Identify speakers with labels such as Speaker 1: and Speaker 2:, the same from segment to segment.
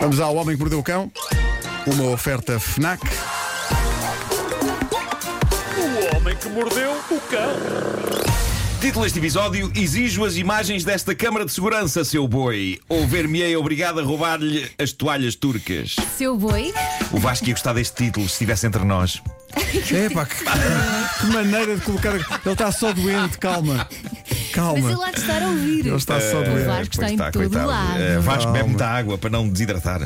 Speaker 1: Vamos ao Homem que Mordeu o Cão. Uma oferta FNAC.
Speaker 2: O homem que mordeu o cão.
Speaker 3: Título deste episódio: Exijo as imagens desta câmara de segurança, seu boi. Ou ver-me-ei obrigado a roubar-lhe as toalhas turcas.
Speaker 4: Seu boi?
Speaker 3: O Vasco ia gostar deste título se estivesse entre nós.
Speaker 1: Epá, que, que maneira de colocar. Ele está só doente, calma.
Speaker 4: Mas ele
Speaker 1: Calma.
Speaker 4: lá de estar a ouvir.
Speaker 1: Ele está só
Speaker 4: O
Speaker 1: doente.
Speaker 4: Vasco está
Speaker 3: É, Pois
Speaker 4: em todo
Speaker 3: coitado.
Speaker 4: lado.
Speaker 3: Eh, Vasco
Speaker 1: Calma. Uhum.
Speaker 3: bebe muita água para não desidratar.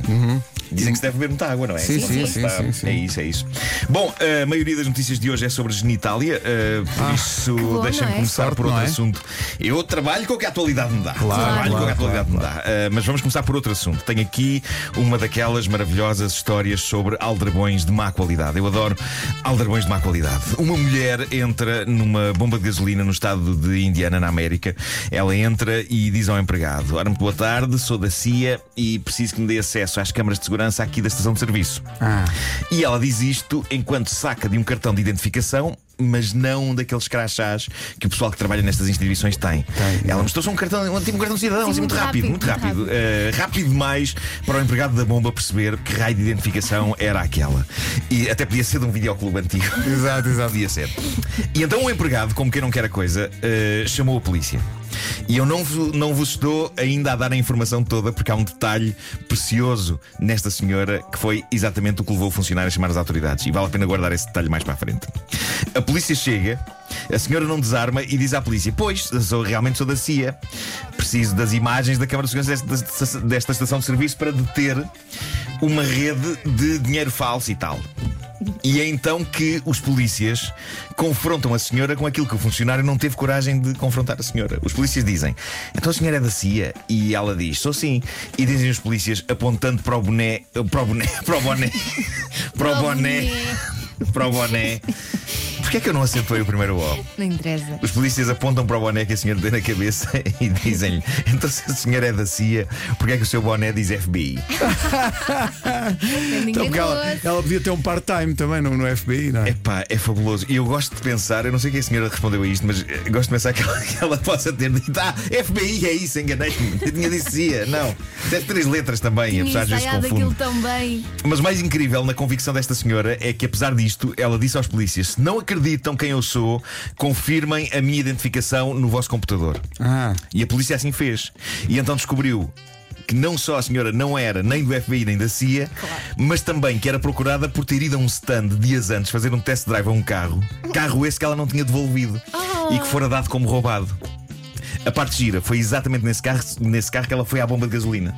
Speaker 3: Dizem que se deve beber muita água, não é?
Speaker 1: Sim,
Speaker 3: Então,
Speaker 1: sim,
Speaker 3: está-
Speaker 1: sim, sim, sim.
Speaker 3: É isso, é isso. Bom, a maioria das notícias de hoje é sobre genitália, eh, por isso
Speaker 4: bom,
Speaker 3: deixem-me
Speaker 4: não é?
Speaker 3: começar
Speaker 1: Ah, Sorte,
Speaker 3: por outro
Speaker 1: não é?
Speaker 3: assunto. Eu trabalho com o que a atualidade me dá. trabalho com o que a atualidade me dá. Eh, mas vamos começar por outro assunto. Tenho aqui uma daquelas maravilhosas histórias sobre aldrabões de má qualidade. Eu adoro aldrabões de má qualidade. Uma mulher entra numa bomba de gasolina no estado de Indiana, na América. Ela entra e diz ao empregado: Ora, muito boa tarde, sou da CIA e preciso que me dê acesso às câmaras de segurança aqui da estação de serviço.
Speaker 1: Ah.
Speaker 3: E ela diz isto enquanto saca de um cartão de identificação, mas não um daqueles crachás que o pessoal que trabalha nestas instituições tem. ela mostrou só um cartão, um, tipo um cartão de cidadão,
Speaker 4: Sim,
Speaker 3: assim, muito,
Speaker 4: muito
Speaker 3: rápido,
Speaker 4: rápido,
Speaker 3: muito
Speaker 4: muito
Speaker 3: rápido. Eh, rápido demais para o empregado da bomba perceber que raio de identificação era aquela. E até podia ser de um videoclube antigo.
Speaker 1: Exato, exato.
Speaker 3: Podia ser. E então o empregado, como quem não quer a coisa, eh, chamou a polícia. E eu não vos, não vos estou ainda a dar a informação toda, porque há um detalhe precioso nesta senhora que foi exatamente o que levou o funcionário a chamar as autoridades. E vale a pena guardar esse detalhe mais para a frente. A polícia chega, a senhora não desarma e diz à polícia: Pois, sou, realmente sou da CIA. Preciso das imagens da Câmara de Segurança desta- desta- desta estação de serviço para deter uma rede de dinheiro falso e tal. E é então que os polícias confrontam a senhora com aquilo que o funcionário não teve coragem de confrontar a senhora. Os polícias dizem: Então a senhora é da CIA? E ela diz: Sou sim. E dizem os polícias, apontando para o boné. Para o boné. Para o boné. Para o boné. Para o boné. Porquê é que eu não acertei o primeiro O?
Speaker 4: Não interessa.
Speaker 3: Os polícias apontam para o boné que a senhora tem na cabeça e dizem-lhe: Então se a senhora é da CIA, porquê é que o seu boné diz FBI?
Speaker 4: Ninguém
Speaker 3: Então,
Speaker 1: Porque ela, ela podia ter um part-time também no, no FBI, não é?
Speaker 3: Epá, é fabuloso. E eu gosto de pensar, eu não sei quem a senhora respondeu a isto, mas eh, gosto de pensar que ela, que ela possa ter dito: Ah, FBI é isso, enganei-me. Eu tinha dito CIA. Não. Tem três letras também,
Speaker 4: Tinha
Speaker 3: apesar de se
Speaker 4: ensaiado
Speaker 3: confunde.
Speaker 4: aquilo tão bem.
Speaker 3: Mas o mais incrível na convicção desta senhora é que, apesar disto, ela disse aos polícias: Se não acreditam quem eu sou, confirmem a minha identificação no vosso computador.
Speaker 1: Ah,
Speaker 3: E a polícia assim fez. E então descobriu que não só a senhora não era nem do FBI nem da CIA, mas também que era procurada por ter ido a um stand dias antes fazer um test drive a um carro, carro esse que ela não tinha devolvido
Speaker 4: Oh.
Speaker 3: e que fora dado como roubado. A parte gira foi exatamente nesse carro, nesse carro que ela foi à bomba de gasolina.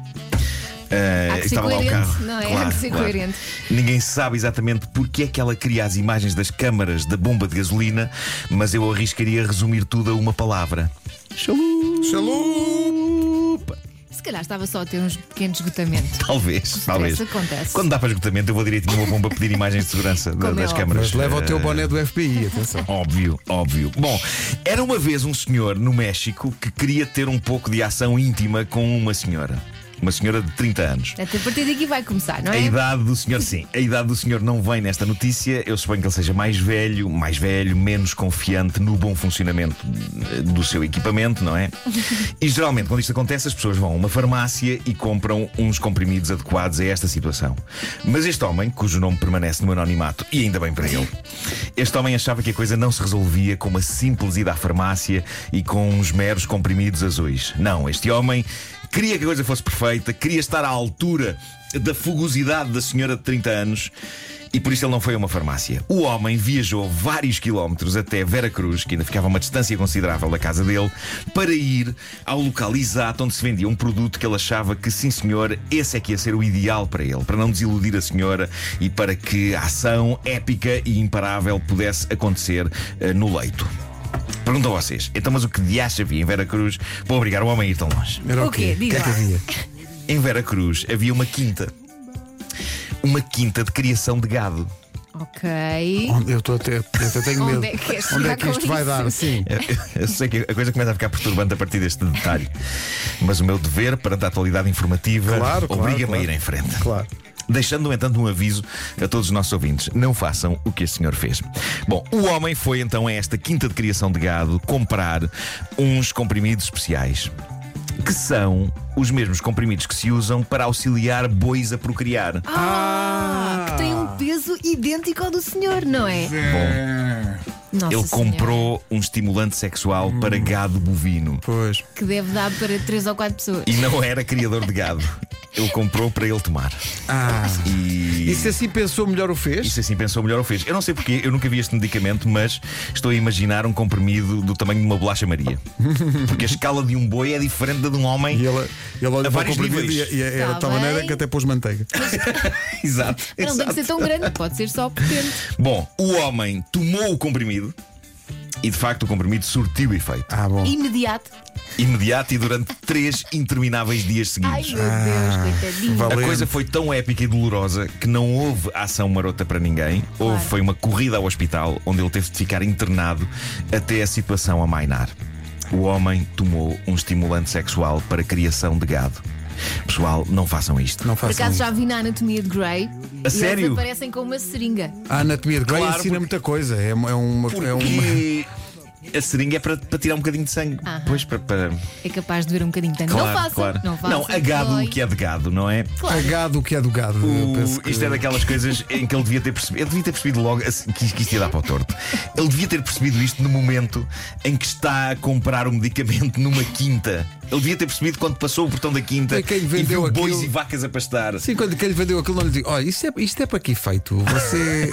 Speaker 3: Ah,
Speaker 4: Há que ser
Speaker 3: estava lá o
Speaker 4: coerente,
Speaker 3: carro.
Speaker 4: não é? Há
Speaker 3: Claro,
Speaker 4: que ser
Speaker 3: claro.
Speaker 4: coerente.
Speaker 3: Ninguém sabe exatamente porque é que ela cria as imagens das câmaras da bomba de gasolina, mas eu arriscaria resumir tudo a uma palavra.
Speaker 4: Se calhar estava só a ter uns pequenos esgotamentos.
Speaker 3: Talvez, talvez.
Speaker 4: acontece.
Speaker 3: Quando dá para esgotamento, eu vou direitinho a uma bomba pedir imagens de segurança da-
Speaker 4: Como é
Speaker 3: das
Speaker 4: óbvio.
Speaker 3: câmaras.
Speaker 1: mas leva o teu
Speaker 3: Eh,
Speaker 1: boné do FBI, atenção.
Speaker 3: Óbvio, óbvio. Bom, era uma vez um senhor no México que queria ter um pouco de ação íntima com uma senhora. Uma senhora de 30 anos.
Speaker 4: Portanto, a partir daqui vai começar, não
Speaker 3: A
Speaker 4: é?
Speaker 3: idade do senhor, sim, a idade do senhor não vem nesta notícia. Eu suponho que ele seja mais velho, mais velho, menos confiante no bom funcionamento eh, do seu equipamento, não é? E geralmente, quando isto acontece, as pessoas vão a uma farmácia e compram uns comprimidos adequados a esta situação. Mas este homem, cujo nome permanece no anonimato, e ainda bem para ele, este homem achava que a coisa não se resolvia com uma simples ida à farmácia e com uns meros comprimidos azuis. Não, este homem queria que a coisa fosse perfeita, queria estar à altura da fugosidade da senhora de 30 anos e por isso ele não foi a uma farmácia. O homem viajou vários quilómetros até Vera Cruz, que ainda ficava a uma distância considerável da casa dele, para ir ao local exato onde se vendia um produto que ele achava que, sim senhor, esse é que ia ser o ideal para ele, para não desiludir a senhora e para que a ação épica e imparável pudesse acontecer eh, no leito. Pergunto a vocês, então, mas o que de acha havia em Vera Cruz para obrigar o homem a ir tão longe?
Speaker 1: Era
Speaker 4: O quê? Diz
Speaker 1: O que é que
Speaker 4: lá.
Speaker 1: havia?
Speaker 3: Em Vera Cruz havia uma quinta. Uma quinta de criação de gado.
Speaker 4: Ok.
Speaker 1: Onde- Eu estou até. Eu até tenho medo.
Speaker 4: Onde é que este
Speaker 1: Onde é
Speaker 4: vai
Speaker 1: que
Speaker 4: com
Speaker 1: isto vai
Speaker 4: isso?
Speaker 1: dar? Sim.
Speaker 3: Eu, eu- eu sei que a coisa começa a ficar perturbante a partir deste detalhe. Mas o meu dever, perante a atualidade informativa,
Speaker 1: Claro, claro,
Speaker 3: obriga-me a
Speaker 1: claro.
Speaker 3: ir em frente.
Speaker 1: Claro.
Speaker 3: Deixando, no entanto, um aviso a todos os nossos ouvintes: não façam o que este senhor fez. Bom, o homem foi então a esta quinta de criação de gado comprar uns comprimidos especiais. que são os mesmos comprimidos que se usam para auxiliar bois a procriar.
Speaker 4: Ah, que tem um peso idêntico ao do senhor, não é?
Speaker 1: Bom.
Speaker 4: Nossa
Speaker 3: Ele
Speaker 4: Senhora,
Speaker 3: comprou um estimulante sexual
Speaker 1: Hum.
Speaker 3: para gado bovino
Speaker 1: Pois.
Speaker 4: Que deve dar para três ou quatro pessoas.
Speaker 3: e não era criador de gado. Ele comprou para ele tomar.
Speaker 1: Ah.
Speaker 3: E...
Speaker 1: E se assim pensou, melhor o fez?
Speaker 3: Isso assim pensou melhor ou fez. Eu não sei porque, eu nunca vi este medicamento, mas estou a imaginar um comprimido do tamanho de uma bolacha Maria. Porque a escala de um boi é diferente da de um homem.
Speaker 1: E ele, ele olha
Speaker 3: A
Speaker 1: para o
Speaker 3: vários
Speaker 1: comprimido e,
Speaker 3: níveis.
Speaker 1: e era de
Speaker 4: Tá
Speaker 1: tal maneira
Speaker 4: bem.
Speaker 1: que até pôs manteiga.
Speaker 3: Exato.
Speaker 4: Mas não tem que
Speaker 3: exato.
Speaker 4: ser tão grande, pode ser só potente.
Speaker 3: Bom, o homem tomou o comprimido e de facto o comprimido surtiu efeito.
Speaker 1: Ah, bom.
Speaker 4: Imediato.
Speaker 3: Imediato e durante três intermináveis dias
Speaker 4: Ai
Speaker 3: seguintes.
Speaker 4: meu Deus, coitadinho.
Speaker 1: vale.
Speaker 3: A
Speaker 1: Valente.
Speaker 3: coisa foi tão épica e dolorosa que não houve ação marota para ninguém. Houve foi uma corrida ao hospital onde ele teve de ficar internado até a situação amainar. O homem tomou um estimulante sexual para criação de gado. Pessoal, não façam isto.
Speaker 1: Não
Speaker 4: Por
Speaker 1: faças
Speaker 4: acaso já vi na Anatomia de Grey. e eles
Speaker 3: sério?
Speaker 4: aparecem com uma seringa.
Speaker 1: A anatomia de Grey
Speaker 3: Claro,
Speaker 1: ensina
Speaker 3: porque-
Speaker 1: muita coisa. É, uma- é uma. É uma...
Speaker 3: Porque a seringa é para, para tirar um bocadinho de sangue.
Speaker 4: Aham.
Speaker 3: Pois, para. para-
Speaker 4: É capaz de doer um bocadinho. Portanto,
Speaker 3: Claro,
Speaker 4: não façam.
Speaker 3: claro.
Speaker 4: Não façam.
Speaker 3: a gado
Speaker 4: dói.
Speaker 3: o que é de gado, não é?
Speaker 1: A gado que é do gado. eu
Speaker 3: O-
Speaker 1: penso que-
Speaker 3: Isto é daquelas coisas em que ele devia ter percebido. Ele devia ter percebido logo assim, que, que isto ia dar para o torto. Ele devia ter percebido isto no momento em que está a comprar o medicamento numa quinta. Ele devia ter percebido quando passou o portão da quinta
Speaker 1: É quem lhe
Speaker 3: e
Speaker 1: vendeu
Speaker 3: viu bois
Speaker 1: aquilo.
Speaker 3: e vacas a pastar.
Speaker 1: Sim, quando quem lhe vendeu aquilo não lhe diz, olha, isto é, isto é para aqui feito. Você.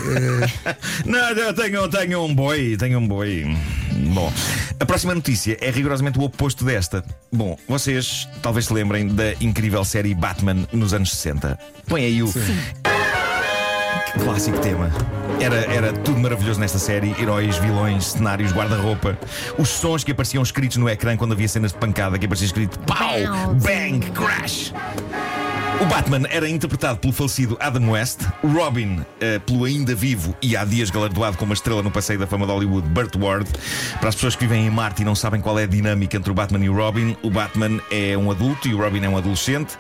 Speaker 1: eh,
Speaker 3: Não, não, tenho, tenho um boi, tenho um boi. Bom, a próxima notícia é rigorosamente o oposto desta. Bom, vocês talvez se lembrem da incrível série Batman nos anos 60. Põe aí o. Que clássico tema. Era, era tudo maravilhoso nesta série: heróis, vilões, cenários, guarda-roupa. Os sons que apareciam escritos no ecrã quando havia cenas de pancada, que aparecia escrito pau, bang, crash. O Batman era interpretado pelo falecido Adam West, o Robin eh, pelo ainda vivo e há dias galardoado como uma estrela no passeio da fama de Hollywood, Burt Ward. Para as pessoas que vivem em Marte e não sabem qual é a dinâmica entre o Batman e o Robin, o Batman é um adulto e o Robin é um adolescente.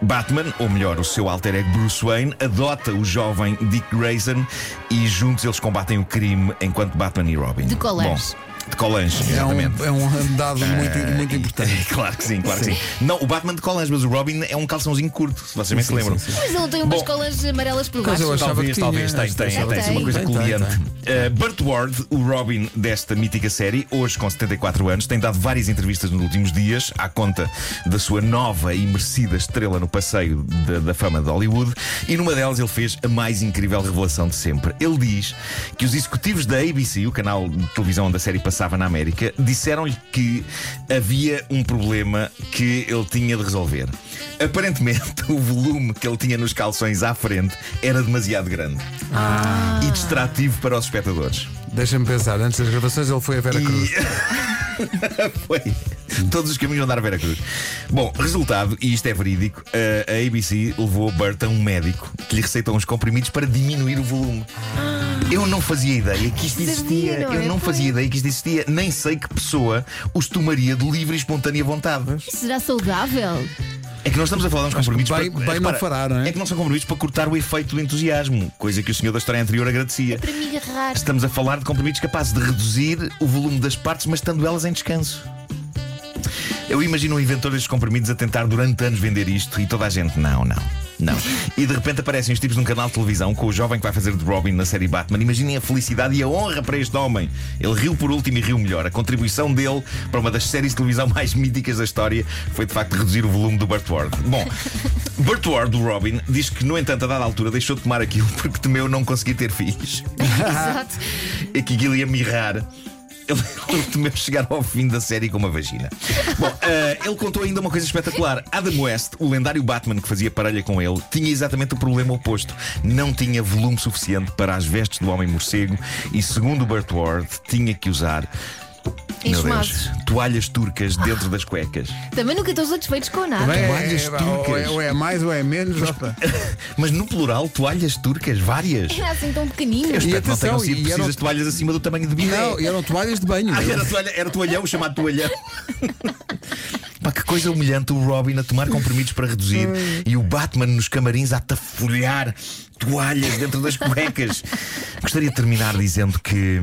Speaker 3: Batman, ou melhor, o seu alter ego Bruce Wayne, adota o jovem Dick Grayson e juntos eles combatem o crime enquanto Batman e Robin.
Speaker 4: De colãs.
Speaker 3: Bom, De colãs,
Speaker 1: é,
Speaker 3: exatamente. Ah,
Speaker 1: um, é um dado muito, muito importante.
Speaker 3: Claro que sim, claro que sim. Não, o Batman de colãs, mas o Robin é um calçãozinho curto, se vocês bem se lembram.
Speaker 4: Mas ele tem umas
Speaker 3: Bom.
Speaker 4: colas amarelas por
Speaker 1: Mas
Speaker 4: baixo.
Speaker 1: eu achava
Speaker 3: Talvez,
Speaker 1: que tinha.
Speaker 3: talvez, tem, tem,
Speaker 4: Tem,
Speaker 3: tem,
Speaker 4: tem.
Speaker 3: sim, uma coisa
Speaker 1: Tem, tem,
Speaker 3: coliante.
Speaker 1: tem.
Speaker 3: Uh, Burt Ward, o Robin desta mítica série, hoje com 74 anos, tem dado várias entrevistas nos últimos dias, à conta da sua nova e merecida estrela no passeio da, da fama de Hollywood, e numa delas ele fez a mais incrível revelação de sempre. Ele diz que os executivos da ABC, o canal de televisão onde a série passava na América, disseram-lhe que havia um problema que ele tinha de resolver. Aparentemente, o volume que ele tinha nos calções à frente era demasiado grande e distrativo para os espectadores.
Speaker 1: Deixa-me pensar, antes das gravações ele foi a Vera Cruz.
Speaker 3: Ah, Foi. Todos os caminhos andar a Vera Cruz. Bom, resultado, e isto é verídico, a- a ABC levou Bert a um médico que lhe receitou uns comprimidos para diminuir o volume.
Speaker 1: Ah.
Speaker 3: Eu não fazia ideia que isto
Speaker 4: Sabia,
Speaker 3: existia.
Speaker 4: não
Speaker 3: Eu
Speaker 4: é?
Speaker 3: não fazia ideia que isto existia. Nem sei que pessoa os tomaria de livre e espontânea vontade.
Speaker 4: Será saudável?
Speaker 3: É que nós estamos a falar de uns compromissos
Speaker 1: bem-
Speaker 3: para,
Speaker 1: bem não fará, não é?
Speaker 3: que não são compromissos para cortar o efeito do entusiasmo, coisa que o senhor da história anterior agradecia.
Speaker 4: Para é me agarrar.
Speaker 3: Estamos a falar de comprimidos capazes de reduzir o volume das partes, mas estando elas em descanso. Eu imagino um inventor destes comprimidos a tentar durante anos vender isto e toda a gente, não, não, não. E de repente aparecem os tipos num canal de televisão com o jovem que vai fazer de Robin na série Batman. Imaginem a felicidade e a honra para este homem. Ele riu por último e riu melhor. A contribuição dele para uma das séries de televisão mais míticas da história foi de facto reduzir o volume do Burt Ward. Bom, Burt Ward, o Robin, diz que, no entanto, a dada altura deixou de tomar aquilo porque temeu não conseguir ter filhos
Speaker 4: Exato.
Speaker 3: é que aquilo ia mirrar. Ele ele temeu chegar ao fim da série com uma vagina. Bom, eh, ele contou ainda uma coisa espetacular. Adam West, o lendário Batman que fazia parelha com ele, tinha exatamente o problema oposto. Não tinha volume suficiente para as vestes do homem morcego e, segundo Burt Ward, tinha que usar. Meu Deus,
Speaker 4: Enxumados.
Speaker 3: toalhas turcas dentro das cuecas.
Speaker 4: Também nunca estou satisfeitos com nada.
Speaker 1: Bem,
Speaker 3: Toalhas
Speaker 1: é, ou, é,
Speaker 3: turcas.
Speaker 1: ou é mais ou é menos. opa.
Speaker 3: Mas no plural, toalhas turcas, várias.
Speaker 4: Era assim tão
Speaker 3: Eu
Speaker 4: pequenino.
Speaker 3: espero que não
Speaker 1: atenção,
Speaker 3: tenham
Speaker 1: e
Speaker 3: sido
Speaker 1: eram-
Speaker 3: precisas de toalhas acima do tamanho de birré.
Speaker 1: Não, é? eram toalhas de banho.
Speaker 3: Ah, era, toalha, era toalhão, chamado toalhão. Pá, que coisa humilhante o Robin a tomar comprimidos para reduzir e o Batman nos camarins a tafolhar toalhas dentro das cuecas. Gostaria de terminar dizendo que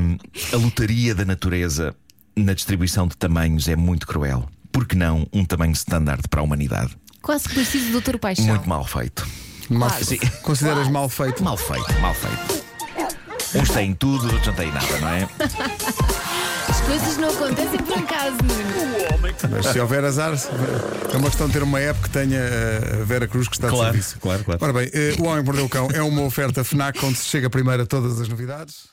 Speaker 3: a lotaria da natureza na distribuição de tamanhos é muito cruel. por que não um tamanho standard para a humanidade?
Speaker 4: Quase que preciso do Dr. Paixão.
Speaker 3: Muito mal feito.
Speaker 1: Mal-
Speaker 4: Quase.
Speaker 1: Consideras mal feito?
Speaker 3: Mal feito, mal feito. Uns têm tudo, os outros não têm nada, não é?
Speaker 4: As coisas não acontecem por acaso, Nuno.
Speaker 2: O homem que
Speaker 1: Mas se houver azar, se- é uma questão de ter uma app que tenha eh, a Vera Cruz que está de
Speaker 3: Claro,
Speaker 1: serviço.
Speaker 3: claro, claro.
Speaker 1: Ora bem, eh, O Homem que Mordeu o Cão é uma oferta FNAC onde se chega primeiro a todas as novidades.